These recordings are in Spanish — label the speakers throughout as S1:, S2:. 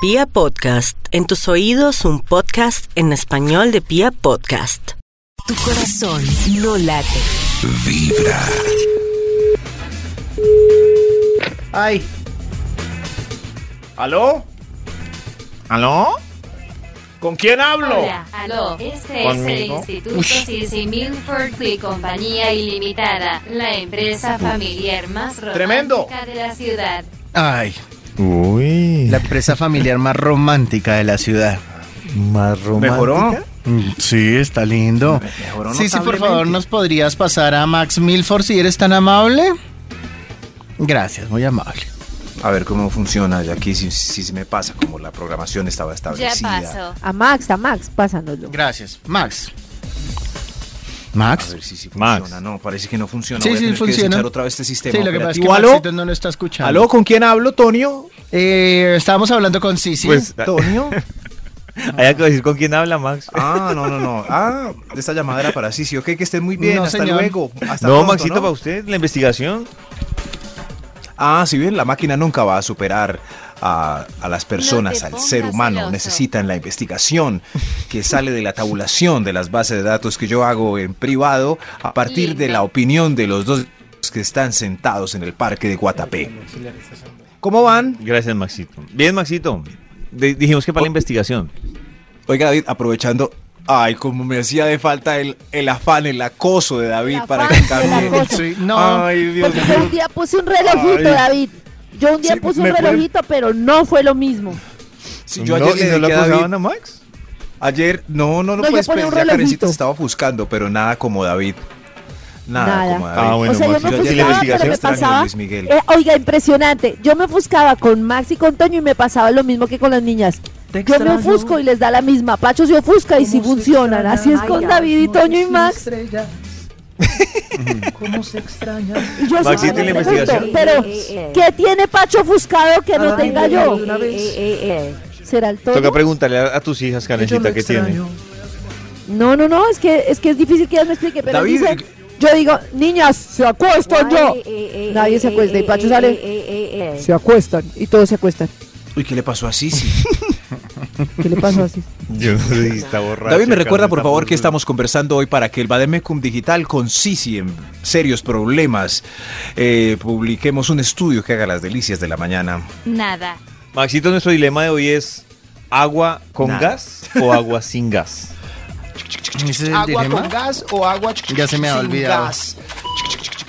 S1: Pia Podcast, en tus oídos un podcast en español de Pia Podcast.
S2: Tu corazón no late.
S3: Ay. ¿Aló?
S4: ¿Aló?
S3: ¿Con quién hablo?
S5: Hola, aló. Este es el
S4: ¿Conmigo?
S5: Instituto
S4: Ush.
S5: Circe Milford y Compañía Ilimitada, la empresa familiar más romántica
S3: Tremendo.
S5: de la ciudad.
S3: Ay,
S4: Uy.
S3: la empresa familiar más romántica de la ciudad.
S4: más romántica.
S3: ¿Mejoró?
S4: Mm, Sí, está lindo.
S3: sí, sí, por favor, ¿nos podrías pasar a Max Milford si eres tan amable? Gracias, muy amable.
S6: A ver cómo funciona, ya aquí si, si se me pasa, como la programación estaba
S5: Ya
S6: establecida.
S5: pasó.
S7: A Max, a Max, pásanoslo.
S3: Gracias. Max.
S6: A
S3: Max.
S6: ver si, si
S4: Max.
S6: funciona. No, parece que no funciona.
S3: Sí,
S6: Voy a
S3: sí,
S6: tener que
S3: funciona.
S6: desechar otra vez este
S3: Sí,
S6: sistema.
S3: lo que pasa es que
S6: operativo. ¿Aló?
S3: Maxito no lo está escuchando.
S6: ¿Aló? ¿Con quién hablo, Tonio?
S3: Eh, estábamos hablando con Sisi.
S4: Pues-
S6: ah, ¿Tonio?
S4: Hay algo que decir con quién habla, Max.
S6: Ah, no, no, no. Ah, esta llamada era para sí, sí. Ok, que estén muy bien.
S3: No,
S6: Hasta
S3: señor.
S6: luego. Hasta
S4: no,
S6: pronto,
S4: Maxito,
S6: ¿no?
S4: para usted, la investigación.
S6: Ah, si bien la máquina nunca va a superar a, a las personas,
S5: No te
S6: al
S5: pongas
S6: ser humano,
S5: celoso.
S6: necesitan la investigación que sale de la tabulación de las bases de datos que yo hago en privado a partir de
S5: Lindo.
S6: la opinión de los dos que están sentados en el parque de Guatapé. ¿Cómo van?
S4: Gracias, Maxito. Bien, Maxito. De- dijimos que para la investigación.
S6: Oiga, David, aprovechando... Ay, como me hacía de falta el, el afán, el acoso de David
S7: El
S6: para
S7: afán
S6: que
S7: y el
S6: cambie.
S7: acoso.
S3: Sí, no.
S6: Ay, Dios
S7: Porque yo un
S6: mío.
S7: día puse un relojito,
S6: Ay.
S7: David. Yo un día
S6: Sí,
S7: puse
S6: me
S7: un
S6: pueden-
S7: relojito, pero no fue lo mismo.
S6: Sí, yo
S4: no,
S6: ayer
S4: ¿y
S6: le
S4: no
S6: dediqué a David
S4: acusaban a Max?
S6: Ayer, no, no lo
S7: No, yo
S6: puedes
S7: ponía un
S6: pensar,
S7: relojito.
S6: Karencita se estaba buscando, pero nada como David. Nada,
S7: Nada.
S6: como David.
S4: Ah, bueno,
S7: o sea, yo
S4: Maxito,
S7: me
S4: sí,
S7: ofuscaba,
S4: la
S7: pero
S4: investigación
S7: me
S6: extraño de
S7: pasaba.
S6: Luis Miguel.
S7: Eh, oiga, impresionante. Yo me ofuscaba con Max y con Toño y me pasaba lo mismo que con las niñas. Yo me ofusco y les da la misma. Pacho se ofusca y si funcionan. Así es con David y Toño y Max.
S8: ¿Cómo se extraña?
S7: Y yo
S4: Maxito
S7: siempre
S4: y la
S7: me pregunto,
S4: investigación.
S7: Pero,
S8: Eh,
S7: ¿qué tiene Pacho ofuscado que no
S8: Nada,
S7: tenga
S8: mira,
S7: yo?
S8: de una vez.
S7: ¿Será el
S4: Toca
S7: Toño?
S4: preguntarle a, a tus hijas, Karencita, ¿qué tiene?
S7: No, no, no, es que es, que es difícil que ellas me expliquen, pero
S6: David,
S7: dicen, yo digo, niñas, se acuestan yo. Nadie se acuesta y Pacho sale, se acuestan y todos se acuestan.
S6: Uy, ¿qué le pasó a Sisi?
S7: ¿Qué le pasó así?
S4: Yo no sé si está borracho.
S6: David, me recuerda por favor que estamos conversando hoy para que el Bademecum Digital con Sisi en serios problemas eh, publiquemos un estudio que haga las delicias de la mañana.
S5: Nada.
S4: Maxito, nuestro dilema de hoy es: ¿agua con
S6: Nada.
S4: gas o agua sin gas?
S3: ¿Ese es el dilema?
S6: gas o agua
S3: Ya se me ha
S6: sin
S3: olvidado.
S6: gas?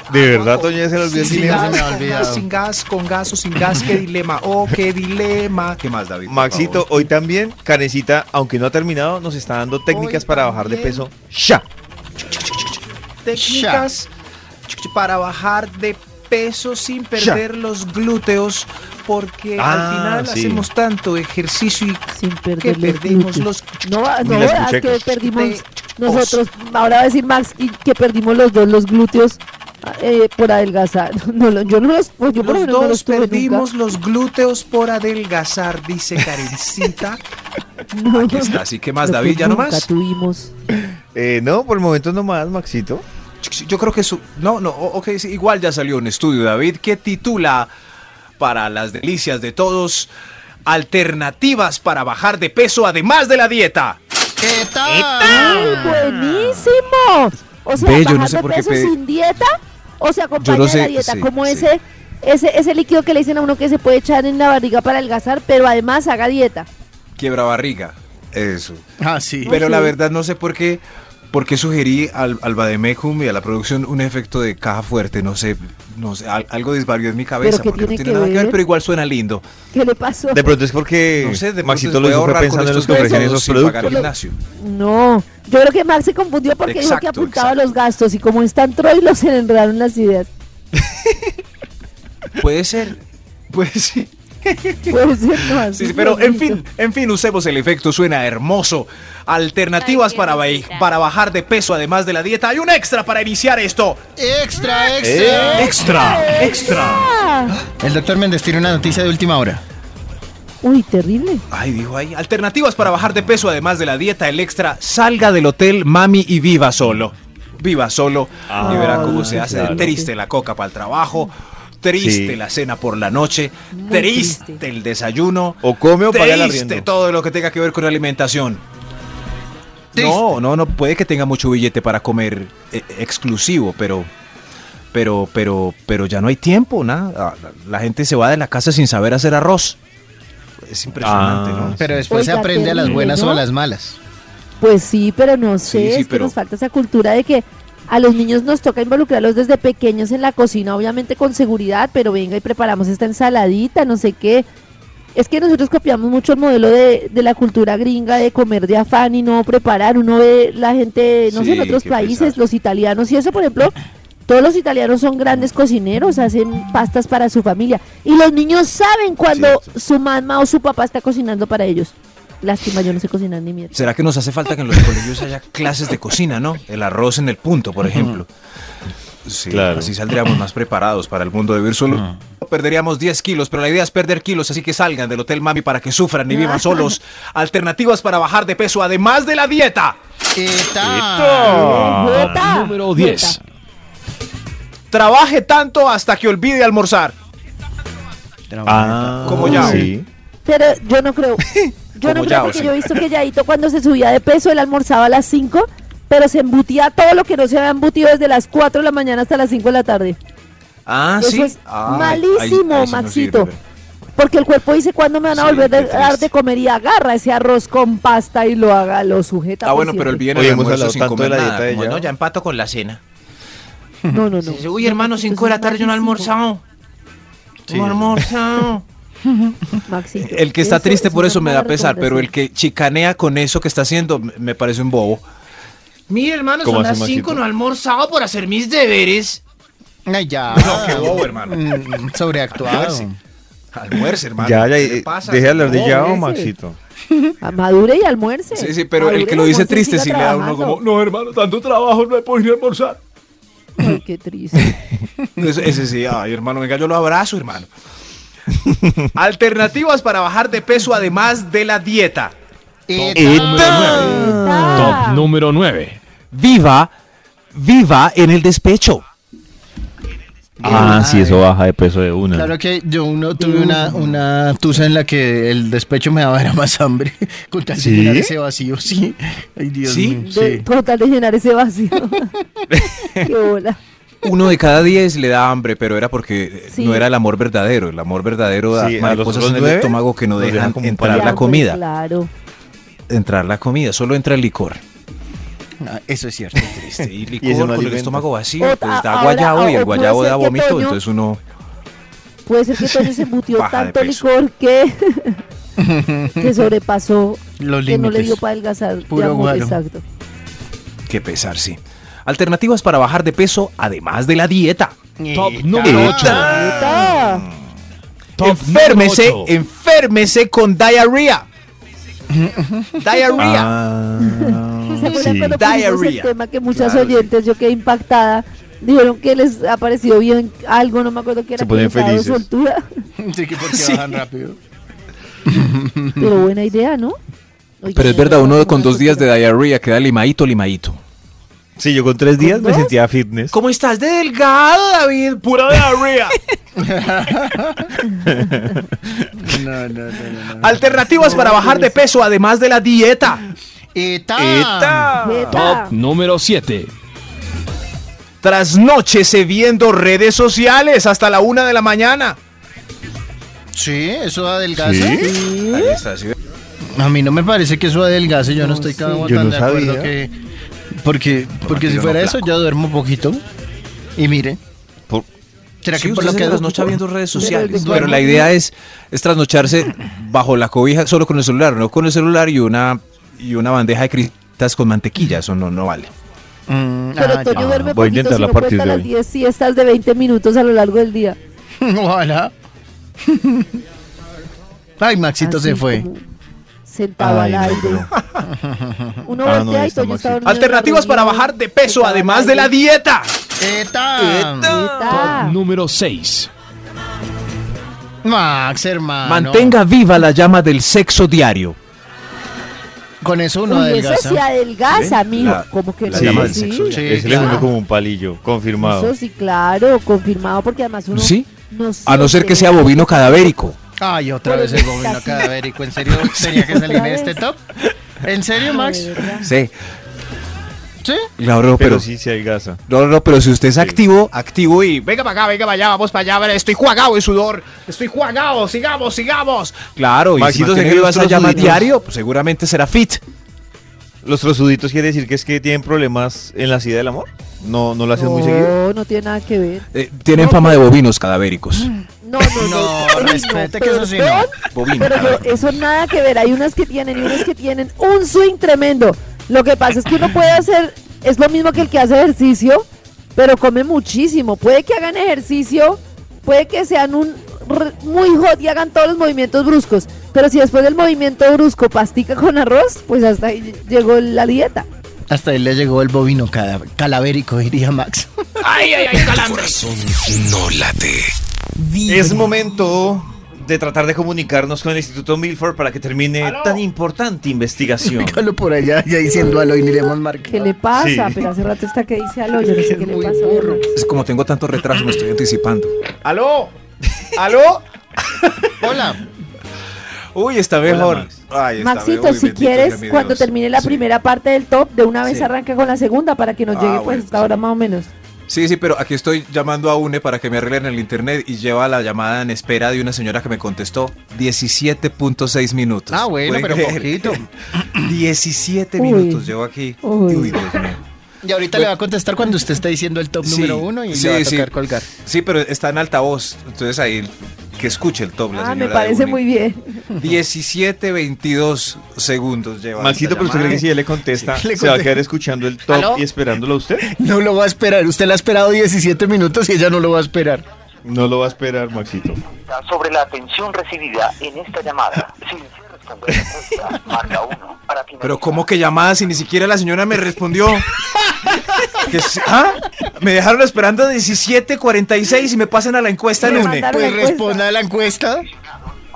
S4: De verdad, Toño, ya se le olvidó el
S3: Sí,
S6: Sin
S3: dilema
S4: dilema.
S3: se me ha
S6: gas, con
S3: olvidado.
S6: gas, sin gas, con gas o sin gas, qué dilema, oh, qué dilema. ¿Qué más, David? por
S4: Maxito,
S6: favor?
S4: hoy también, Karencita, aunque no ha terminado, nos está dando técnicas
S6: Hoy
S4: para bajar de
S6: también.
S4: peso. ¡Ya!
S6: técnicas para bajar de peso sin perder los glúteos porque
S4: Ah,
S6: al final
S4: sí.
S6: hacemos tanto ejercicio y
S7: Sin perder
S6: que
S7: los
S6: perdimos
S7: glúteos.
S6: los
S7: No,
S4: Ni
S7: no,
S4: las
S7: veas que
S4: buchecas.
S7: perdimos
S6: De-
S7: nosotros, ahora va a decir Max, y que perdimos los dos los glúteos eh, por adelgazar. No, lo- yo no los, pues yo por lo
S6: los
S7: menos no los
S6: dos
S7: tuve nunca.
S6: perdimos los glúteos por adelgazar, dice Karencita.
S7: No.
S6: Aquí está, así que más,
S7: Lo que
S6: David, ya
S7: nunca
S6: nomás.
S7: tuvimos.
S4: Eh, no, por el momento nomás, Maxito.
S6: Yo creo que su. No, no, o- ok, sí, igual ya salió un estudio, David, que titula Para las delicias de todos, alternativas para bajar de peso además de la dieta.
S3: ¿Qué tal?
S7: ¡Ay, buenísimo! O sea,
S6: Ah. Ve, yo no
S7: bajar
S6: sé
S7: de
S6: por qué
S7: peso
S6: pedí-
S7: sin dieta o se acompaña
S6: no
S7: de la
S6: sé,
S7: dieta,
S6: sí,
S7: como
S6: sí.
S7: ese, ese ese líquido que le dicen a uno que se puede echar en la barriga para adelgazar, pero además haga dieta.
S6: Quiebra barriga. Eso.
S3: Ah, sí.
S6: Pero la
S7: sí.
S6: verdad no sé por qué, por qué sugerí al, al Bademecum y a la producción un efecto de caja fuerte, no sé, no sé, al- algo disvarió en mi cabeza
S7: ¿Pero qué
S6: porque no
S7: tiene
S6: tiene
S7: que
S6: nada que ver,
S7: ver?
S6: pero igual suena lindo.
S7: ¿Qué le pasó?
S4: De pronto es porque
S6: No sé, de
S4: Maxito
S6: pronto
S4: lo
S6: se puede
S4: hizo
S6: ahorrar
S4: fue
S6: con
S4: pensando en los
S6: estos
S4: que ofrecen
S6: pesos
S4: esos
S6: sin pagar
S4: productos.
S6: gimnasio.
S7: No, yo creo que Max se confundió porque dijo que
S6: Exacto,
S7: apuntaba
S6: exacto.
S7: los gastos y como están troilos se le enredaron las ideas.
S6: Puede ser. Pues sí,
S7: Puede ser, no, así
S6: sí,
S7: es
S6: pero en
S7: bonito.
S6: fin, en fin, usemos el efecto, suena hermoso. Alternativas
S5: Ay, qué
S6: para, ba-
S5: bonita.
S6: para bajar de peso además de la dieta. Hay un extra para iniciar esto.
S3: Extra, extra.
S6: Extra, extra.
S7: Ah,
S3: Eh, El doctor Méndez tiene una noticia de última hora.
S7: uy, terrible.
S6: Ay, dijo ahí. Alternativas para bajar de peso, además de la dieta, el extra. Salga del hotel, mami, y viva solo. Viva solo. y verá cómo se hace de
S4: Ah, claro.
S6: triste la coca para el trabajo. Triste
S4: Sí.
S6: la cena por la noche, triste,
S7: triste.
S6: el desayuno.
S4: O come o paga el
S6: Triste
S4: arriendo.
S6: todo lo que tenga que ver con alimentación.
S3: Triste.
S6: No, no, no puede que tenga mucho billete para comer eh, exclusivo, pero pero pero pero ya no hay tiempo, nada. La, la gente se va de la casa sin saber hacer arroz. Es impresionante,
S4: Ah,
S6: ¿no?
S3: Pero después se
S7: Oiga,
S3: aprende
S7: qué
S3: a las
S7: rico,
S3: buenas o
S7: ¿no?
S3: a las malas.
S7: Pues sí, pero no sé,
S6: Sí, sí,
S7: es que
S6: pero-
S7: nos falta esa cultura de que a los niños nos toca involucrarlos desde pequeños en la cocina, obviamente con seguridad, pero venga y preparamos esta ensaladita, no sé qué. Es que nosotros copiamos mucho el modelo de, de la cultura gringa de comer de afán y no preparar. Uno ve la gente, no sé, en
S6: Sí,
S7: otros
S6: qué
S7: países,
S6: pesar.
S7: los italianos y eso, por ejemplo, todos los italianos son grandes cocineros, hacen pastas para su familia. Y los niños saben cuando
S6: Cierto.
S7: su mamá o su papá está cocinando para ellos. Lástima, yo no sé cocinar ni mierda.
S6: ¿Será que nos hace falta que en los colegios haya clases de cocina, no? El arroz en el punto, por ejemplo. Sí,
S4: Claro.
S6: así saldríamos más preparados para el mundo de vivir solo. Perderíamos 10 kilos, pero la idea es perder kilos, así que salgan del Hotel Mami para que sufran y vivan solos. Alternativas para bajar de peso, además de la dieta.
S3: ¿Qué tal?
S7: Jota,
S8: número
S7: Jota.
S8: 10.
S6: Trabaje tanto hasta que olvide almorzar.
S4: Ah,
S6: Como ya.
S4: Sí.
S7: Pero yo no creo. Yo no
S6: Como
S7: creo
S6: Yao,
S7: porque
S6: sí.
S7: yo he visto que Yaito cuando se subía de peso, él almorzaba a las 5, pero se embutía todo lo que no se había embutido desde las 4 de la mañana hasta las 5 de la tarde.
S6: Ah,
S7: Eso
S6: sí.
S7: es
S6: Ah,
S7: malísimo,
S6: ahí- ahí sí no
S7: Maxito.
S6: sirve. Ah,
S7: Porque el cuerpo dice cuándo me van a
S6: Sí,
S7: volver a
S6: qué
S7: dar de
S6: triste.
S7: comer y agarra ese arroz con pasta y lo haga, lo sujeta.
S6: Ah,
S7: por
S6: bueno, pero el
S7: siempre.
S6: bien
S4: Oye,
S6: el
S4: hemos
S6: almuerzo
S4: hablado
S6: sin
S4: tanto
S6: comer
S4: de la
S6: nada,
S4: dieta de
S6: como,
S4: Yao.
S6: no, ya empato con la cena.
S7: No, no, no.
S6: Uy, hermano, 5 de la tarde yo no he almorzado. No he almorzado.
S7: Maxito,
S6: El que está triste
S7: es
S6: por
S7: una
S6: eso me da
S7: mala
S6: pesar, pero el
S7: recomendación.
S6: que chicanea con eso que está haciendo m- me parece un bobo. Mire, hermano,
S4: ¿Cómo son hace las Maxito? cinco, no he
S6: almorzado por hacer mis deberes.
S3: Ay, ya.
S6: No, qué bobo, hermano.
S3: Mm, Sobreactuado.
S6: Sí. Almuerce, hermano.
S4: Ya, ya,
S6: ¿Qué le
S4: eh,
S6: pasa?
S4: deje de hablar de
S6: No,
S4: Yao,
S7: ese.
S4: Maxito.
S7: Ah, Madure y almuerce.
S6: Sí, sí, pero el
S7: Madure
S6: que
S7: y
S6: lo dice
S7: almuerce y
S6: triste
S7: siga
S6: sí le da a uno
S7: trabajando.
S6: como, no, hermano, tanto trabajo, no he podido almorzar.
S7: Ay, qué triste.
S6: Ese, ese sí, ay, hermano, venga, yo lo abrazo, hermano. Alternativas para bajar de peso además de la dieta.
S3: Eh,
S8: Top número 9.
S6: Viva, viva en el despecho.
S4: Ah, sí, eso baja de peso de una.
S3: Claro que yo uno tuve una, una tusa en la que el despecho me daba era más hambre. Con tal de
S4: ¿Sí?
S3: llenar ese vacío, sí. Ay, Dios
S6: ¿Sí?
S3: mío.
S7: De-
S3: Sí.
S7: Por tal de llenar ese vacío. qué bola.
S6: Uno de cada diez le da hambre, pero era porque eh,
S7: Sí.
S6: no era el amor verdadero. El amor verdadero da
S4: Sí, a los
S6: mariposas
S4: otros
S6: en el
S4: nueve
S6: estómago que no
S4: nos
S6: dejan
S4: dejan como
S6: entrar
S4: para-
S7: Qué
S6: la
S7: hambre,
S6: comida.
S7: pues, Claro.
S6: Entrar la comida, solo entra el licor.
S3: Ah, eso es cierto.
S6: Triste. Y
S4: Y
S6: licor
S4: ese no
S6: con el
S4: alimenta.
S6: estómago vacío,
S7: O-
S6: pues da
S7: ahora-
S6: guayabo y
S7: o-
S6: el
S7: o puede
S6: guayabo
S7: ser
S6: da
S7: que
S6: vómito,
S7: Toño-
S6: entonces uno...
S7: Puede ser que Toño se embutió
S6: Baja de
S7: tanto
S6: peso.
S7: licor que, que sobrepasó,
S3: Los
S7: que no le dio
S3: límites.
S7: para adelgazar. de
S3: Puro
S7: amor,
S3: guaro.
S7: exacto.
S6: Qué pesar, sí. Alternativas para bajar de peso, además de la dieta.
S8: Top número 8.
S7: Ah,
S8: Top
S6: enférmese,
S8: número ocho.
S6: enférmese con diarrea. diarrea.
S3: Mm.
S4: Ah,
S7: ¿Se acuerdan
S4: sí.
S7: cuando pusimos el
S6: Diarrhea.
S7: tema que muchas
S6: Claro, sí.
S7: oyentes, yo quedé impactada, dijeron que les ha parecido bien algo, no me acuerdo qué era.
S4: Se ponían
S7: pensado,
S4: felices.
S7: soltura.
S3: Sí, que porque bajan rápido.
S7: Pero buena idea, ¿no? Oye,
S6: Pero es
S7: de
S6: verdad, uno con
S7: una
S6: dos días de
S7: soltura.
S6: diarrea queda limadito, limadito.
S4: Sí, yo con tres días me
S7: dos?
S4: sentía fitness.
S6: ¿Cómo estás de delgado, David? Pura diarrea.
S3: No, no, no, no, Ah, no.
S6: Alternativas para bajar de peso, además de la dieta.
S3: Ah. Eta.
S7: Jeta.
S8: Top número 7.
S6: Trasnóchese viendo redes sociales hasta la una de la mañana.
S3: Sí, eso adelgaza.
S6: Ahí está, sí.
S3: A mí no me parece que eso adelgace. Yo no, estoy como
S4: Yo
S3: tan
S4: no
S3: de acuerdo
S4: sabía.
S3: que. Porque, porque si
S6: tiro no
S3: fuera eso,
S6: flaco.
S3: yo duermo poquito. Y mire.
S4: Por-
S3: ¿Será
S6: Sí,
S3: que por lo
S6: usted se
S3: que hago-
S6: trasnocha viendo redes sociales.
S3: duermo-
S6: Pero la idea es, es trasnocharse bajo la cobija solo con el celular, no con el celular y una, y una bandeja de cristas con mantequilla. Eso no, no vale.
S3: Mm,
S7: Pero
S3: ah,
S7: Toño duerme
S4: Voy a
S7: poquito, si
S4: intentarlo
S7: no
S4: a partir
S7: cuenta
S4: de
S7: las
S4: hoy.
S7: 10 siestas de 20 minutos a lo largo del día.
S3: ya. Ojalá. Ay, Maxito
S7: Así
S3: se fue.
S7: como Sentado
S4: Ay,
S7: al
S4: no,
S7: aire. Uno
S4: Ah,
S7: voltea
S4: no, ya
S7: y
S4: está
S7: Toño está
S4: Maxito.
S7: dormido en
S6: Alternativas
S7: una
S6: para
S7: reunión,
S6: bajar de peso,
S7: sentado al
S6: además de la
S7: aire.
S6: dieta.
S3: Eta.
S7: Está.
S8: Número 6.
S3: Max, hermano.
S6: Mantenga viva la llama del sexo diario.
S3: Con eso uno
S7: Uy, eso
S3: adelgaza.
S7: sí adelgaza, mijo.
S6: La-
S7: Como que
S6: la
S7: no?
S4: llama del
S7: Sí,
S6: sexo,
S3: Sí,
S4: Ese le
S3: claro.
S4: uno como un palillo, confirmado.
S7: Eso sí, claro, confirmado, porque además uno
S6: Sí. A no ser que sea
S7: bobino.
S6: bovino cadavérico.
S3: Ay, otra vez el gobierno cadavérico. ¿En serio tenía que salir de este top? ¿En serio, Max?
S6: Sí.
S3: ¿Sí?
S6: Claro, pero,
S4: sí se adelgaza.
S6: no, no, pero si usted es activo, activo y venga para acá, venga para allá, vamos para allá, a ver, estoy jugado de sudor, estoy jugado, sigamos, sigamos. Claro, y si
S4: Maxito,
S6: mantiene
S4: ¿se cree
S6: los
S4: los
S6: llamas
S4: trozos?
S6: diario, pues seguramente será fit.
S4: Los trozuditos quiere decir que es que tienen problemas en la sida del amor. No, no lo hacen muy seguido.
S7: No, no tiene nada que ver.
S6: Eh, tienen fama de bovinos cadavéricos.
S7: No, no,
S3: No,
S7: no.
S3: respete que eso sí no.
S7: perdón,
S6: Bovino.
S7: Pero yo- eso nada que ver. Hay unas que tienen y unas que tienen un swing tremendo. Lo que pasa es que uno puede hacer, es lo mismo que el que hace ejercicio, pero come muchísimo. Puede que hagan ejercicio, puede que sean un r- muy hot y hagan todos los movimientos bruscos. Pero si después del movimiento brusco pastica con arroz, pues hasta ahí llegó la dieta.
S3: Hasta ahí le llegó el bovino cada- calavérico, diría Max.
S4: Es momento de tratar de comunicarnos con el Instituto Milford para que termine tan importante investigación.
S3: Dígalo por allá, ya diciendo a lo iremos marcando.
S7: ¿Qué le pasa?
S4: Sí.
S7: Pero hace rato está que dice aló, yo no sé qué le
S3: Muy
S7: pasa.
S3: burro.
S6: Es como tengo tanto retraso, me estoy anticipando.
S4: ¡Aló! ¡Aló!
S3: Hola. Ah,
S6: Uy, está
S4: Hola,
S6: mejor.
S4: Max.
S6: Ay, está
S7: Maxito,
S6: mejor. Uy,
S7: si
S6: bendito sea
S7: quieres,
S6: mi
S7: cuando
S6: Dios.
S7: termine la
S6: Sí.
S7: primera parte del top, de una vez
S6: Sí.
S7: arranca con la segunda para que nos
S6: Ah,
S7: llegue
S6: bueno,
S7: pues hasta ahora más o menos.
S6: Sí, sí, pero aquí estoy llamando a UNE para que me arreglen el internet y lleva la llamada en espera de una señora que me contestó 17.6 minutos.
S3: Ah, bueno,
S6: ¿Pueden
S3: pero
S6: creer?
S3: poquito.
S6: 17
S7: Uy.
S6: minutos llevo aquí.
S7: Uy.
S6: Uy, Dios mío.
S3: Y ahorita le va a contestar cuando usted está diciendo el top
S6: Sí,
S3: número uno y
S6: sí,
S3: le va a
S6: sí.
S3: tocar colgar.
S6: Sí, pero está en altavoz, entonces ahí que escuche el top la
S7: Ah,
S6: señora.
S7: me
S6: de
S7: parece
S6: UNE.
S7: muy bien.
S6: 17.22 segundos lleva. esta
S4: Maxito, pero usted cree
S6: llamada.
S4: que si él le contesta,
S3: Sí, le
S4: se va a
S3: contesta.
S4: quedar escuchando el top
S3: ¿Aló?
S4: y esperándolo a usted.
S3: No lo va a esperar. Usted la ha esperado 17 minutos y ella no lo va a esperar.
S4: No lo va a esperar, Maxito.
S9: sobre la atención recibida en esta llamada. Si desea responder la encuesta, marca 1. Para finalizar,
S6: Pero ¿cómo que llamada si ni siquiera la señora me respondió? Que sí- ¿Ah? Me dejaron esperando 17.46 y me pasan a la encuesta en
S7: Me
S6: lunes.
S7: mandaron
S3: Pues
S7: la encuesta.
S3: responda a la encuesta.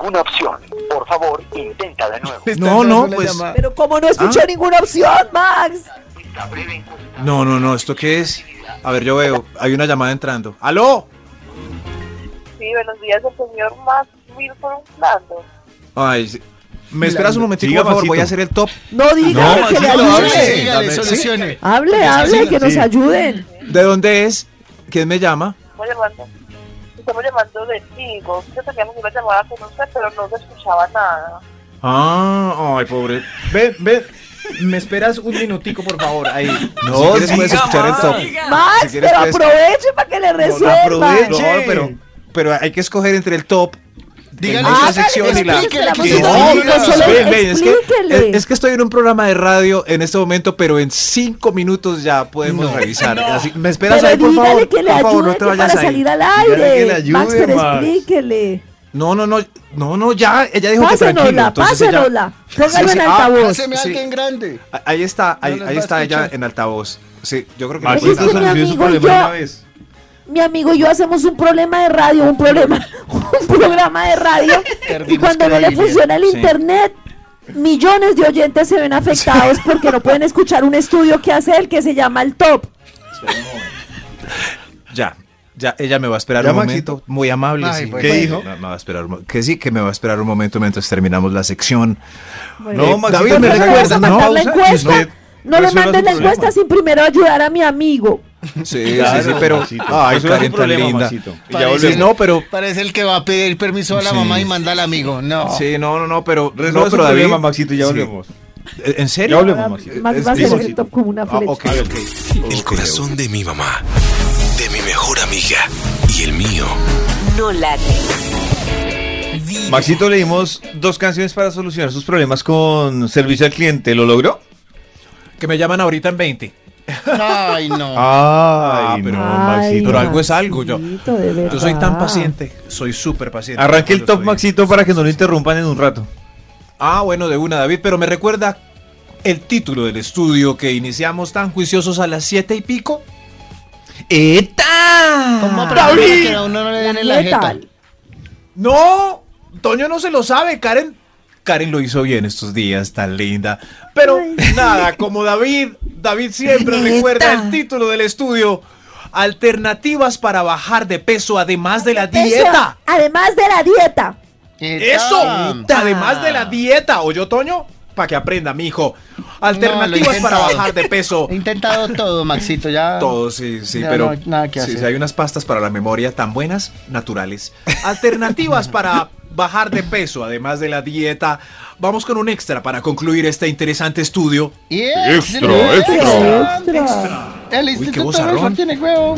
S9: una opción. Por favor, intenta de nuevo.
S3: Le está
S6: No, no,
S3: entrando la
S6: pues-
S3: llamada.
S7: Pero como no escuchó
S6: ¿Ah?
S7: ninguna opción, Max.
S9: Esta breve encuesta
S6: No, no, no, ¿esto qué es? A ver, yo veo, hay una llamada entrando. ¡Aló!
S10: Sí, buenos días, el señor Max Wilson Fernando.
S6: Ay, sí. ¿me esperas un momentito,
S4: Diga,
S6: por favor? Voy a
S4: Maxito.
S6: hacer el top.
S7: No diga
S6: Ah, No,
S7: que le
S6: Maxito,
S7: ayude.
S6: hable.
S3: Dígale,
S6: Sí.
S3: solucione.
S7: Hable, hable, que nos ayuden.
S6: ¿De dónde es? ¿Quién me llama?
S10: Estamos llamando, estamos llamando de Tigo. Yo teníamos una llamada con usted, pero no se escuchaba nada.
S6: Ah, ay, pobre.
S4: Ve, ve.
S6: ¿Me esperas un minutico, por favor? Ahí. No,
S4: No,
S6: quieres, puedes
S4: diga,
S6: escuchar el
S4: Max.
S6: top.
S7: Max,
S6: Si quieres,
S7: pero
S6: puedes-
S7: aproveche para que le resuelvan.
S4: aproveche.
S6: No, pero, pero hay que escoger entre el top.
S3: Dígale
S6: Esta
S3: que-
S6: sección y la-
S3: explíquele
S7: explíquela,
S3: que-
S7: Maxito,
S3: No,
S7: explíquela,
S3: no,
S7: solo
S6: Ven, ven, es, que,
S7: explíquele.
S6: es- es que estoy en un programa de radio en este momento, pero en cinco minutos ya podemos
S3: No,
S6: revisar. Así- ¿Me esperas
S7: Pero
S6: ahí, por
S7: dígale
S6: favor?
S7: que le
S6: por favor,
S7: ayude
S6: no te vayas
S7: para
S6: ahí.
S7: salir al
S4: Dígale
S7: aire.
S4: que le ayude,
S7: Max, pero
S4: Max.
S7: explíquele.
S6: No, no, no, no, no, ya, ella dijo que tranquilo.
S7: Pásenosla,
S6: entonces ella-
S7: pásenosla. Póngalo
S6: Sí, sí,
S7: en
S6: ah,
S7: altavoz.
S3: Páseme a
S6: Sí.
S3: alguien grande.
S6: a- ahí está, ahí,
S3: les
S6: ahí
S3: va a
S6: está ella
S3: escuchar.
S6: en altavoz. Sí, yo creo que
S7: Maxito,
S6: puede
S4: Maxito
S6: estar-
S7: mi
S4: solucionó su
S7: amigo y
S4: problema
S7: yo.
S4: una vez.
S7: mi amigo y yo hacemos un problema de radio, un problema, un programa de radio, y
S3: Perdimos
S7: cuando no le
S3: credibilidad,
S7: funciona el
S6: sí.
S7: internet, millones de oyentes se ven afectados porque no pueden escuchar un estudio que hace él que se llama el top.
S6: Ya, ya, ella me va a esperar
S4: Ya,
S6: un
S4: Maxito. pues,
S6: momento. Muy amable.
S3: Ay,
S6: sí.
S3: bueno.
S4: ¿Qué dijo?
S6: Me, me va a esperar un mo- que sí, que me va a esperar un momento mientras terminamos la sección.
S7: Bueno.
S4: No,
S6: Eh,
S4: Maxito,
S6: David, ¿me
S4: no
S7: ¿Por qué no le vas
S6: recuerda?
S7: a
S6: ¿No?
S7: mandar la
S6: pausa?
S7: encuesta?
S4: usted
S7: No le
S4: resuelva
S7: mandes
S4: su
S7: la
S4: problema.
S7: encuesta sin primero ayudar a mi amigo.
S6: Sí,
S4: Claro,
S6: sí, sí, pero.
S4: Maxito.
S6: Ay,
S4: Eso es un
S6: Karen, tan
S4: problema,
S6: linda.
S4: Maxito. Y ya
S3: Parece-
S6: Sí,
S4: volvemos.
S6: no, pero.
S3: Parece el que va a pedir permiso a la
S6: Sí.
S3: mamá y manda al amigo. No.
S6: Sí, no, no, no, pero.
S4: Ah. Resuelve
S6: no,
S4: su
S6: pero David-
S4: problema, Maxito, y ya
S6: sí.
S4: volvemos.
S6: Eh, ¿En
S4: Ya
S6: serio?
S4: volvemos, Maxito.
S7: Más
S6: es-
S7: va a
S6: es-
S7: ser
S4: sí.
S7: el top como una
S6: Ah,
S7: flecha.
S6: ok, ok.
S11: El
S6: Ok,
S11: corazón de mi mamá, de mi mejor amiga y el mío.
S2: No late. Vibra.
S4: Maxito le dimos dos canciones para solucionar sus problemas con servicio al cliente. ¿Lo logró?
S6: ok. Que me llaman ahorita en 20.
S3: Ay, no.
S4: Ah,
S6: pero-
S7: Ay,
S6: Pero algo es algo, yo-
S7: Maxito, de
S6: Yo soy tan
S7: verdad.
S6: paciente. Soy súper paciente.
S4: Arranque el
S6: cuando
S4: top,
S6: estoy-
S4: Maxito, para que no lo interrumpan en un rato.
S6: Ah, bueno, de una, David, pero me recuerda el título del estudio que iniciamos tan juiciosos a las siete y pico. ¡Eta!
S3: ¿Cómo aprender a que a uno no le den en la
S7: ¿Qué
S3: jeta?
S7: tal?
S6: ¡No! Toño no se lo sabe, Karen. Karen lo hizo bien estos días, tan linda. Pero nada, como David, David siempre recuerda el título del estudio. alternativas para bajar de peso además de la
S7: Eso,
S6: dieta.
S7: Además de la dieta.
S6: Eso, además de la dieta, ¿oyó, Toño? Para que aprenda, mijo. Alternativas para
S3: intentado.
S6: bajar de peso.
S3: He intentado todo, Maxito, ya.
S6: Todo, sí, sí,
S3: Ya no
S6: pero
S3: hay nada que
S6: sí,
S3: hacer.
S6: sí, hay unas pastas para la memoria tan buenas, naturales. Alternativas para bajar de peso, además de la dieta. Vamos con un extra para concluir este interesante estudio.
S3: Y extra,
S6: extra.
S3: El
S6: Uy, qué
S3: Instituto
S6: bozarrón.
S3: Rosa tiene huevo.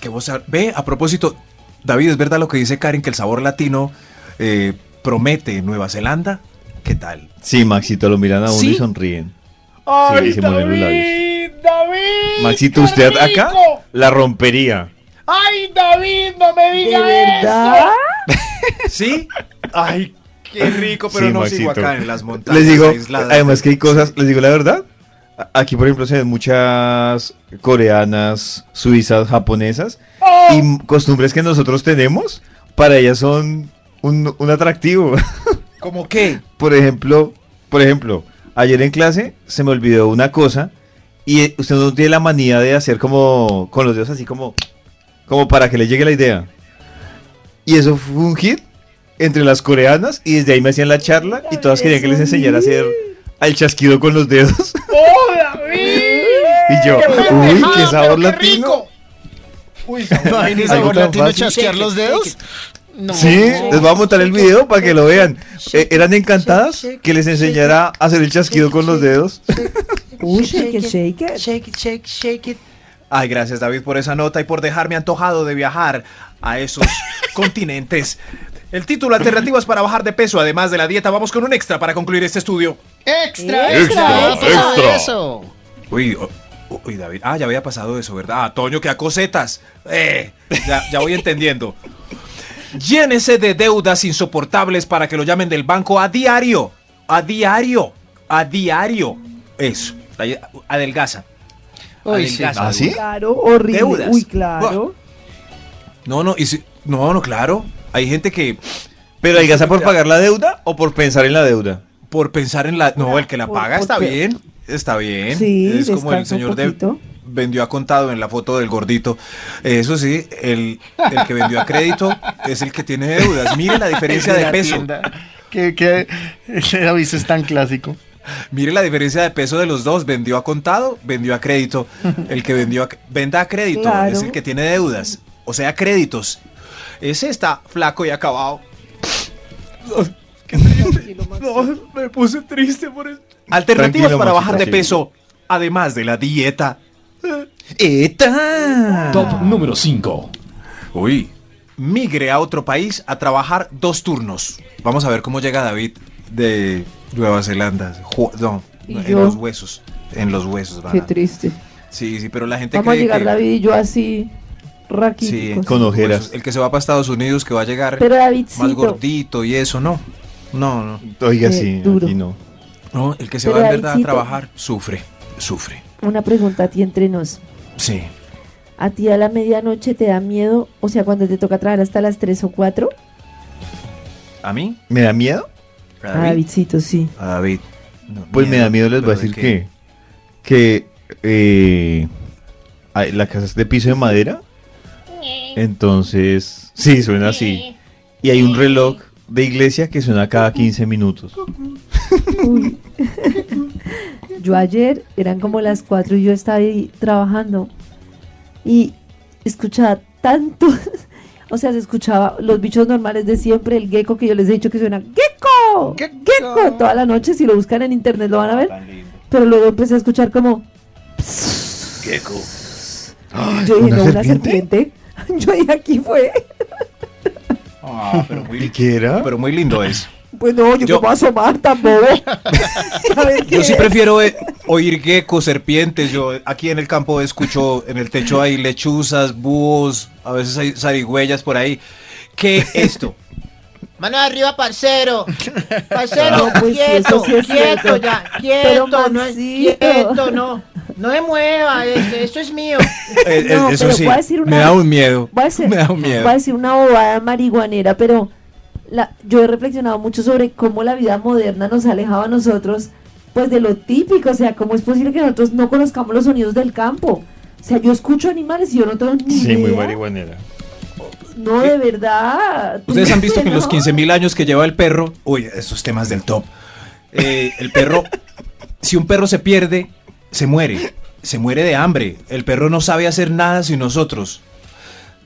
S6: Que vos sab- ve, a propósito, David, ¿es verdad lo que dice Karen que el sabor latino eh, promete en Nueva Zelanda? ¿Qué tal?
S4: Sí, Maxito, lo miran a uno
S6: ¿Sí?
S4: y sonríen.
S6: ¡Ay,
S4: se mueven los labios.
S12: David,
S4: Maxito, usted acá la rompería.
S12: ay David, no me digas
S7: verdad?
S6: ¿Sí? Ay, qué rico, pero
S4: Sí,
S6: no sigo
S4: Maxito.
S6: acá en las montañas.
S4: Les digo,
S6: aisladas.
S4: además que hay cosas, les digo la verdad. a- Aquí, por ejemplo, se ven muchas coreanas, suizas, japonesas y m- costumbres que nosotros tenemos para ellas son un, un atractivo.
S6: ¿Cómo qué?
S4: por ejemplo, por ejemplo, ayer en clase se me olvidó una cosa y eh, usted no tiene la manía de hacer como con los dedos así como como para que le llegue la idea. Y eso fue un hit entre las coreanas y desde ahí me hacían la charla y todas querían que les enseñara a hacer al chasquido con los dedos
S12: ¡Oh, David!
S4: y yo,
S12: ¡Qué
S4: uy,
S12: pendejada,
S4: qué
S12: pero
S4: sabor
S12: qué
S4: latino.
S12: Uy,
S3: Imagínese
S4: Algo
S3: sabor
S4: tan
S3: latino
S4: fácil.
S3: chasquear los dedos. No.
S4: Sí, les voy a montar el video para que lo vean. Eh, eran encantadas que les enseñara a hacer el chasquido con los dedos.
S7: Uy, shake it, shake it.
S12: Shake it, shake, shake it.
S6: Ay, gracias David por esa nota y por dejarme antojado de viajar a esos continentes. El título Alternativas para bajar de peso, además de la dieta, vamos con un extra para concluir este estudio.
S3: Extra,
S12: Extra,
S3: extra, extra.
S12: extra.
S3: Eso.
S6: Uy, o- uy, David, ah, ya había pasado eso, ¿verdad? Ah, Toño, que a cosetas. Eh, ya, ya voy entendiendo. Llénese de deudas insoportables para que lo llamen del banco a diario. A diario. A diario. Eso. La- Adelgaza.
S3: Uy, sí.
S6: Adelgaza,
S4: ¿Ah, sí?
S7: Claro, horrible.
S6: Deudas.
S7: Uy, claro.
S6: No, no, y si- no, no, claro. Hay gente que
S4: Pero algaza por pagar la deuda o por pensar en la deuda.
S6: por pensar en la... No, el que la
S7: Por-
S6: paga
S7: por
S6: está
S7: pe-
S6: bien. Está bien.
S7: Sí,
S6: es como el
S7: descansa un
S6: señor de...
S7: poquito.
S6: Vendió a contado en la foto del gordito. Eso sí, el, el que vendió a crédito es el que tiene deudas. Mire la diferencia
S3: Es
S6: de
S3: la
S6: peso.
S3: tienda. Que, que ese aviso es tan clásico.
S6: Mire la diferencia de peso de los dos. Vendió a contado, vendió a crédito. El que vendió a, venda a crédito
S7: Claro.
S6: es el que tiene deudas. O sea, créditos. Ese está flaco y acabado. No, me puse triste por esto. Alternativas
S4: Tranquilo,
S6: para
S4: Maxito,
S6: bajar de
S4: sí.
S6: peso, además de la dieta.
S8: Top número 5.
S6: Uy. Migre a otro país a trabajar dos turnos. Vamos a ver cómo llega David de Nueva Zelanda. Ju- No,
S7: ¿Y
S6: en
S7: yo?
S6: los huesos. En los huesos, van
S7: Qué
S6: a-
S7: triste.
S6: Sí, sí, pero la gente
S7: Vamos a
S6: cree
S7: llegar
S6: que-
S7: David y yo así
S6: Sí,
S7: raquíticos.
S4: Con ojeras.
S6: huesos. El que se va para Estados Unidos, que va a llegar
S7: Pero
S6: más
S7: Davidcito,
S6: gordito y eso, no. No, no.
S4: Oiga,
S7: Qué
S4: sí,
S7: duro.
S4: aquí no.
S6: No, el que se
S7: Pero
S6: va en verdad a
S7: Davidcito.
S6: trabajar sufre, sufre.
S7: una pregunta a ti entre nos.
S6: Sí.
S7: ¿A ti a la medianoche te da miedo? O sea, cuando te toca trabajar hasta las 3 o 4.
S6: ¿A mí?
S4: ¿Me da miedo?
S6: ¿A
S7: A
S6: David?
S7: Davidcito, sí.
S6: A David. No,
S4: Pues me da miedo, les voy a
S6: ¿pero de
S4: decir
S6: qué?
S4: que. Que. eh, ay, la casa es de piso de madera. Entonces. Sí, suena así. Y hay un reloj de iglesia que suena cada 15 minutos.
S7: Uy. yo ayer eran como las 4 y yo estaba ahí trabajando y escuchaba tanto, o sea, se escuchaba los bichos normales de siempre, el gecko que yo les he dicho que suena gecko,
S3: Gecko.
S7: gecko toda la noche, si lo buscan en internet lo van
S6: Ah,
S7: a ver, pero luego empecé a escuchar como gecko. Yo dije,
S4: ¿una
S7: no, una
S4: serpiente?
S7: serpiente. Yo dije, aquí fue.
S6: Ah, pero
S4: ¿Y
S6: muy,
S4: qué era?
S6: pero muy lindo es.
S7: Pues no, yo,
S6: Yo-
S7: me voy a asomar tan bobo. A ver qué
S6: Yo sí
S7: es.
S6: prefiero eh, oír geckos, serpientes. Yo eh, aquí en el campo escucho, en el techo hay lechuzas, búhos, a veces hay zarigüeyas por ahí. ¿Qué esto?
S12: Mano arriba, parcero. Parcero,
S7: No, pues sí,
S12: quieto,
S7: eso sí es
S12: quieto
S7: cierto.
S12: ya,
S7: Pero,
S12: quieto, no es
S7: Maxito.
S12: quieto, no. No se mueva, es- esto es mío.
S6: Eh, eh,
S7: No,
S6: eso
S7: pero
S6: sí,
S7: voy a decir una-
S6: me da un miedo.
S7: Voy a decir,
S6: Me da un miedo.
S7: voy a decir una bobada marihuanera, pero la, yo he reflexionado mucho sobre cómo la vida moderna nos ha alejado a nosotros pues de lo típico, o sea, cómo es posible que nosotros no conozcamos los sonidos del campo. O sea, yo escucho animales y yo no tengo ni
S4: Sí,
S7: idea.
S4: muy marihuanera.
S7: No, de verdad.
S6: Ustedes han visto que en los
S7: No.
S6: 15.000 años que lleva el perro, uy, esos temas del top, eh, el perro, si un perro se pierde, se muere, se muere de hambre. El perro no sabe hacer nada sin nosotros,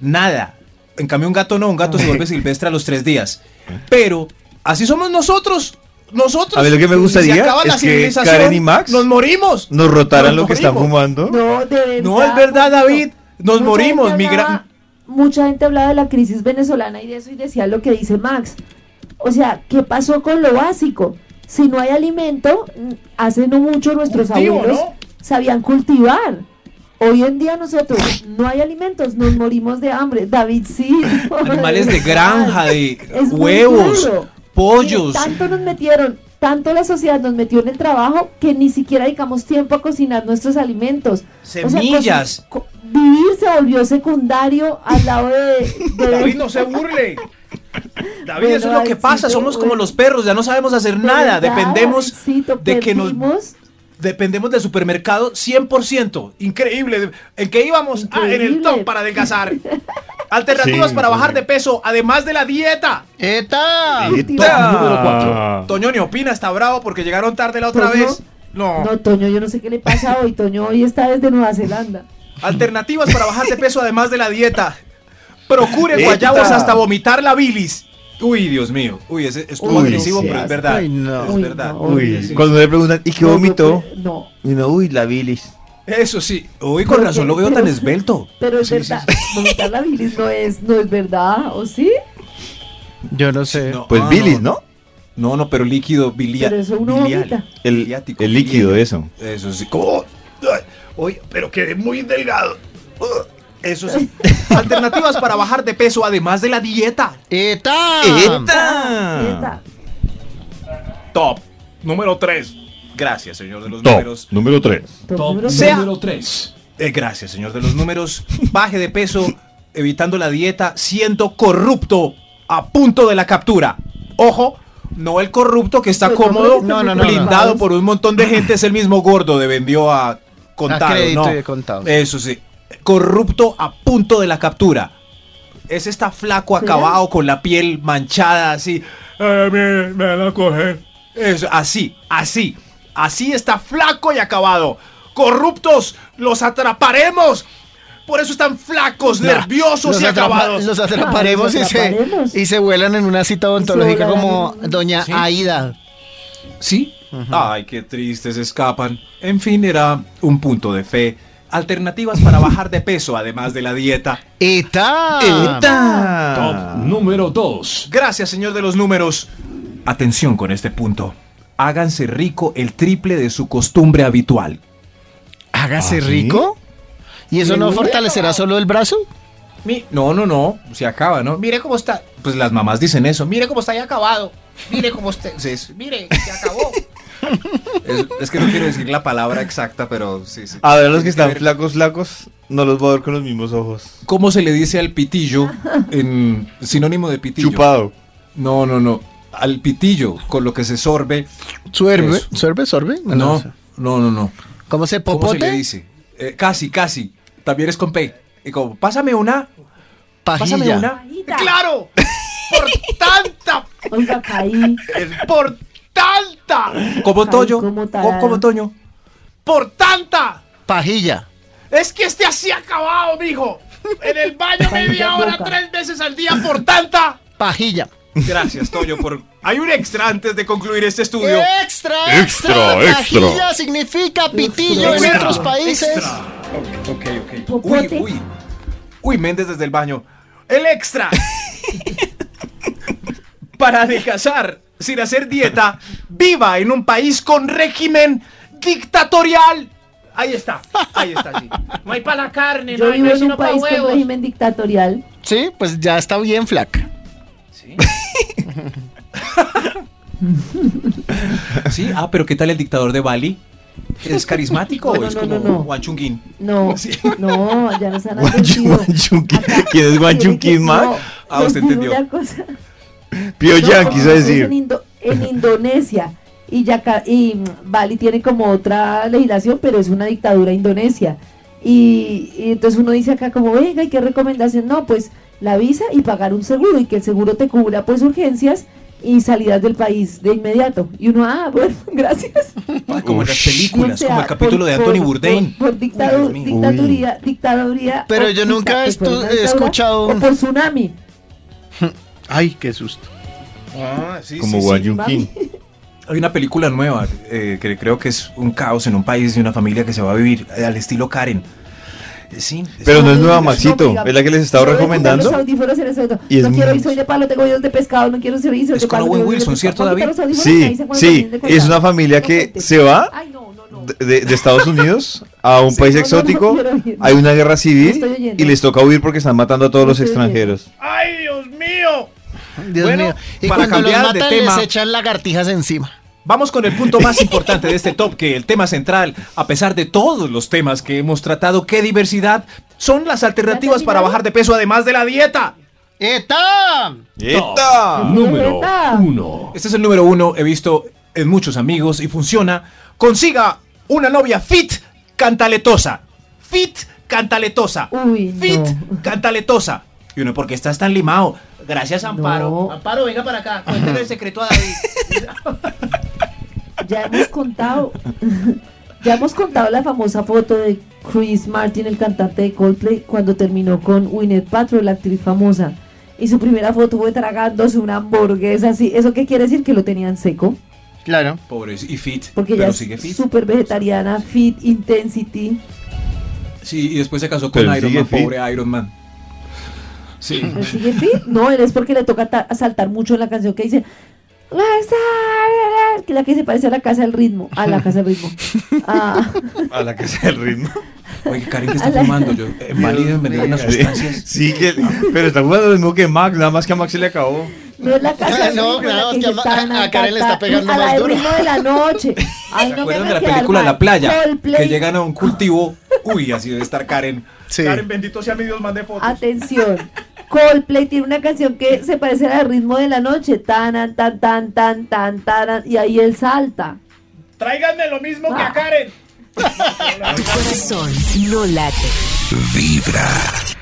S6: nada. En cambio un gato no, un gato se vuelve silvestre a los tres días. Pero así somos nosotros, nosotros.
S4: A mí lo que me gustaría
S6: se acaba la
S4: es que
S6: civilización,
S4: Karen y Max
S6: nos morimos.
S4: Nos rotaran
S6: Nos
S4: lo que están
S6: morimos.
S4: fumando.
S7: No, de verdad.
S6: No, es verdad, David, nos
S7: Mucha
S6: morimos,
S7: gente
S6: mi gran-
S7: hablaba- Mucha gente hablaba de la crisis venezolana y de eso y decía lo que dice Max. O sea, ¿qué pasó con lo básico? Si no hay alimento, mm, hace no mucho nuestros
S12: Cultivo,
S7: abuelos
S12: ¿no?
S7: sabían cultivar. Hoy en día nosotros no hay alimentos, nos morimos de hambre. David sí.
S6: Animales de granja, de
S7: Es muy
S6: huevos,
S7: duro.
S6: pollos.
S7: Tanto nos metieron, tanto la sociedad nos metió en el trabajo que ni siquiera dedicamos tiempo a cocinar nuestros alimentos. O sea,
S6: Semillas.
S7: cosi- co- vivir se volvió secundario al lado de... de-
S6: David, no se burle. David, eso
S7: Bueno,
S6: es lo que
S7: Davidcito,
S6: pasa. Somos como
S7: bueno.
S6: los perros, ya no sabemos hacer
S7: de
S6: nada.
S7: verdad,
S6: Dependemos
S7: Davidcito,
S6: de que nos.
S7: perdimos.
S6: Dependemos del supermercado 100%. Increíble. ¿En qué íbamos? Ah, en el top para adelgazar. Alternativas
S4: Sí,
S6: para bajar
S4: increíble.
S6: de peso, además de la dieta.
S3: ¡Eta!
S4: Eta. Número cuatro.
S6: Toño ni opina, está bravo porque llegaron tarde la otra
S7: Toño.
S6: vez. No.
S7: No, Toño, yo no sé qué le pasa hoy. Toño hoy está desde Nueva Zelanda.
S6: Alternativas para bajar de peso, además de la dieta. Procure
S4: Eta.
S6: guayabos hasta vomitar la bilis. Uy, Dios mío. Uy, ese estuvo
S4: Uy,
S6: agresivo,
S4: sí.
S6: pero es verdad.
S3: Ay, no.
S6: Es
S7: Uy,
S6: verdad.
S7: no.
S4: Uy,
S6: Sí.
S4: cuando le preguntan, ¿y qué
S7: No, no
S4: vomitó?
S7: puede- No,
S4: Y uno, uy, la bilis.
S6: Eso sí. Uy, con
S7: Pero
S6: razón
S7: que-
S6: lo veo
S7: pero-
S6: tan esbelto.
S7: pero es
S6: Sí, sí,
S7: verdad. Vomitar la bilis no es, no es verdad, ¿o sí?
S3: Yo no sé.
S6: No,
S4: Pues
S6: ah,
S4: bilis, ¿no?
S6: No, no, pero líquido biliar.
S7: Pero eso uno vomita.
S4: El,
S6: Biliático,
S4: el líquido,
S6: biliar.
S4: eso.
S6: Eso sí. ¿Cómo? Ay, Oye, pero quedé muy delgado. Uh, Eso sí. Alternativas para bajar de peso, además de la dieta.
S3: ¡Eta!
S6: Ah.
S7: Neta.
S6: Top. Número 3. Gracias, señor de los números.
S4: número 3.
S7: Top
S8: Top
S7: número
S6: sea.
S8: número 3.
S6: Eh, gracias, señor de los números. Baje de peso, evitando la dieta, siendo corrupto, a punto de la captura. Ojo, no el corrupto que está
S7: Pues no,
S6: cómodo,
S3: no, no, no,
S6: blindado
S7: no.
S6: por un montón de gente, es el mismo gordo de vendió a contado.
S3: A crédito
S6: no.
S3: y de contado.
S6: Eso sí, corrupto a punto de la captura. Ese está flaco, acabado, con la piel manchada, así.
S3: Eh,
S6: "Ay, me, me van a coger. Eso, así, así. Así está flaco y acabado. Corruptos, los atraparemos. Por eso están flacos, nerviosos
S3: Los
S6: y
S3: atrapa-
S6: acabados.
S3: Los atraparemos,
S7: Ah, los
S3: Y,
S7: atraparemos.
S3: se, y se vuelan en una cita odontológica
S7: vuelan
S3: como
S7: en-
S3: Doña
S6: ¿Sí?
S3: Aida.
S6: ¿Sí? Ay, qué tristes escapan. En fin, era un punto de fe. Alternativas para bajar de peso, además de la dieta.
S3: ¡Eta!
S8: Top número 2.
S6: Gracias, señor de los números. Atención con este punto. Háganse rico el triple de su costumbre habitual.
S3: Hágase
S4: ¿Ah, sí?
S3: rico. ¿Y eso no
S12: Seguro.
S3: fortalecerá solo el brazo?
S6: Mi- no, no, no. Se acaba, ¿no? Mire cómo está. Pues las mamás dicen eso. Mire cómo está ya acabado. Mire cómo está. sí, sí.
S12: Mire, se acabó.
S6: Es, es que no quiero decir la palabra exacta, pero sí, sí.
S4: A ver,
S6: Tiene
S4: los que están
S6: ver
S4: flacos, flacos, no los voy a ver con los mismos ojos.
S6: ¿Cómo se le dice al pitillo en sinónimo de pitillo?
S4: Chupado.
S6: No, no, no. Al pitillo, con lo que se sorbe.
S3: ¿Suerbe?
S6: Eso.
S3: ¿Suerbe? ¿Sorbe? No, no
S6: No,
S3: sé.
S6: no, no, no.
S3: ¿Cómo se
S6: ¿Cómo
S3: popote?
S6: se le dice? Eh, casi, casi. También es con P. Y como, pásame una, pásame
S3: Pajilla.
S6: una.
S7: Pajita.
S6: ¡Claro! ¡Por tanta!
S7: Oiga, caí.
S6: ¡Por tanta! Como
S7: Ay,
S6: Toño.
S7: como
S6: co-
S7: tarada.
S6: como Toño. ¡Por tanta!
S3: Pajilla.
S6: Es que este así acabado, mijo. En el baño
S7: Pajilla
S6: media hora,
S7: loca.
S6: tres veces al día, por tanta.
S3: Pajilla.
S6: Gracias, Toño, por. Hay un extra antes de concluir este estudio.
S3: Extra, extra,
S4: Extra, extra.
S3: Pajilla significa pitillo en
S6: Extra,
S3: otros países.
S6: extra. Ok, ok. Uy,
S7: Popote.
S6: uy. Uy, Méndez desde el baño. El extra. Para adelgazar sin hacer dieta, viva en un país con régimen dictatorial. Ahí está, ahí está. sí.
S12: No hay para la carne,
S7: Yo
S12: no hay
S7: vivo en
S12: no hay
S7: un
S12: sino para
S7: país con
S12: huevos.
S7: régimen dictatorial.
S3: Sí, pues ya está bien flaca.
S6: Sí, ah, pero ¿qué tal el dictador de Bali? ¿Es carismático
S7: No,
S6: o es
S7: no, no,
S6: como
S7: no, no.
S6: Wang Chunguin?
S7: No,
S6: Sí.
S7: no, ya nos han
S4: Guanchu-
S7: advertido.
S4: Guanchunquín.
S7: Acá
S4: ¿Quién es
S7: tienen que-
S4: Guanchunquín, Max?
S7: no,
S6: Ah,
S7: les
S6: usted
S7: digo
S6: entendió.
S7: una cosa.
S4: Pio
S7: No,
S4: Yang
S7: porque
S4: quiso
S7: eso es En,
S4: decir.
S7: Indo- en Indonesia. Y, Yaca- y mm, Bali tiene como otra legislación, pero es una dictadura indonesia. Y, y entonces uno dice acá como, venga, ¿y qué recomendación? No, pues la visa y pagar un seguro y que el seguro te cubra pues urgencias y salidas del país de inmediato. Y uno, ah, bueno, gracias.
S6: Ah, Como en las películas,
S7: O sea,
S6: como el capítulo
S7: por-
S6: de
S7: por-
S6: Anthony Bourdain.
S7: Por, por dictadu-
S6: Uy, Dios mío.
S7: dictaduría, dictaduría.
S3: Pero
S7: o
S3: yo nunca estu-
S7: dicta- por una
S3: he
S7: dictadura
S3: escuchado
S7: o
S3: un-
S7: por tsunami.
S3: Ay, qué susto.
S6: Ah, sí,
S4: Como
S6: sí, sí.
S4: Guan Yun Kim.
S6: Hay una película nueva eh, que creo que es un caos en un país de una familia que se va a vivir eh, al estilo Karen. Eh, Sí,
S4: Pero no es nueva,
S6: Maxito,
S4: Maxito. Es la que les estaba
S7: No voy a quitar los
S4: recomendando.
S7: audífonos en ese momento.
S4: Y es
S7: no quiero
S4: muy-
S7: ir, soy de palo, tengo oídos de pescado, no quiero ser oídos
S6: Es
S7: de
S6: con
S7: palo.
S6: Owen
S7: tengo oídos de
S6: Wilson, ¿cierto,
S7: pescado. Voy a
S6: David?
S7: quitar los audífonos y ahí
S4: Sí,
S7: se acuerdan
S4: sí.
S7: de
S4: Es una
S7: contar.
S4: familia que se va de, de- de Estados Unidos a un país
S7: no, no, no
S4: exótico.
S7: quiero oír.
S4: Hay una guerra civil
S7: estoy oyendo.
S4: y les toca huir porque están matando a todos los extranjeros.
S12: ¡Ay, Dios mío!
S3: Dios
S6: Bueno,
S3: mío. Y
S6: para
S3: cuando los
S6: cambiar de
S3: matan
S6: tema-
S3: les echan lagartijas encima.
S6: Vamos con el punto más importante de este top, que el tema central, a pesar de todos los temas que hemos tratado, qué diversidad son las alternativas para bajar de peso además de la dieta.
S3: ¡Eta!
S6: ¡Eta!
S8: Número
S7: ¡Eta!
S8: uno.
S6: Este es el número uno, he visto en muchos amigos y funciona. Consiga una novia fit cantaletosa. Fit cantaletosa.
S7: Uy, no.
S6: Fit cantaletosa. Y uno, ¿por qué estás tan limado? Gracias, Amparo.
S12: Amparo, venga para acá, cuéntale el secreto a David.
S7: ya hemos contado, ya hemos contado la famosa foto de Chris Martin, el cantante de Coldplay, cuando terminó con Gwyneth Paltrow, la actriz famosa. Y su primera foto fue tragándose una hamburguesa así. ¿Eso qué quiere decir? Que lo tenían seco.
S3: Claro.
S6: Pobre, y fit.
S7: Porque
S6: pero
S7: ella
S6: sigue fit.
S7: es súper vegetariana, fit, intensity.
S6: Sí, y después se casó con
S4: Pero
S6: Iron
S4: sigue
S6: Man,
S4: fit.
S6: pobre Iron Man. Sí.
S7: ¿Pero sigue fit? No, él es porque le toca ta- saltar mucho en la canción que dice... "Let's start", Que es la que se parece a la casa del ritmo. A la casa del ritmo. Ah,
S4: A la que sea el ritmo.
S6: Oye, Karen, ¿qué está
S7: A la-
S6: fumando? Yo, eh, válido en vender unas sustancias.
S4: Sí, que, pero está jugando lo mismo que Max, nada más que a Max se le acabó.
S7: No es la casa del
S3: No,
S7: ritmo, la
S3: claro,
S7: que
S3: es que
S7: dice,
S3: a- a-
S7: "Tan,
S3: a Karen le está
S7: tan, tan",
S3: pegando
S7: a la
S3: más
S7: del
S3: duro.
S7: ritmo de la noche. Ay,
S6: ¿Se
S7: no me
S6: acuerdan
S7: voy
S6: de
S7: a
S6: la
S7: quedar
S6: película
S7: mal.
S6: La Playa?
S7: Coldplay,
S6: Que llegan a un cultivo. Uy, así debe estar Karen.
S3: Sí.
S6: Karen, bendito sea mi Dios, mande fotos.
S7: Ah, Atención. Coldplay tiene una canción que se parece al ritmo de la noche. Tan, tan, tan, tan, tan, tan, y ahí él salta.
S6: Tráiganme lo mismo que
S7: a
S6: Karen.
S2: Tu corazón no late.
S11: Vibra.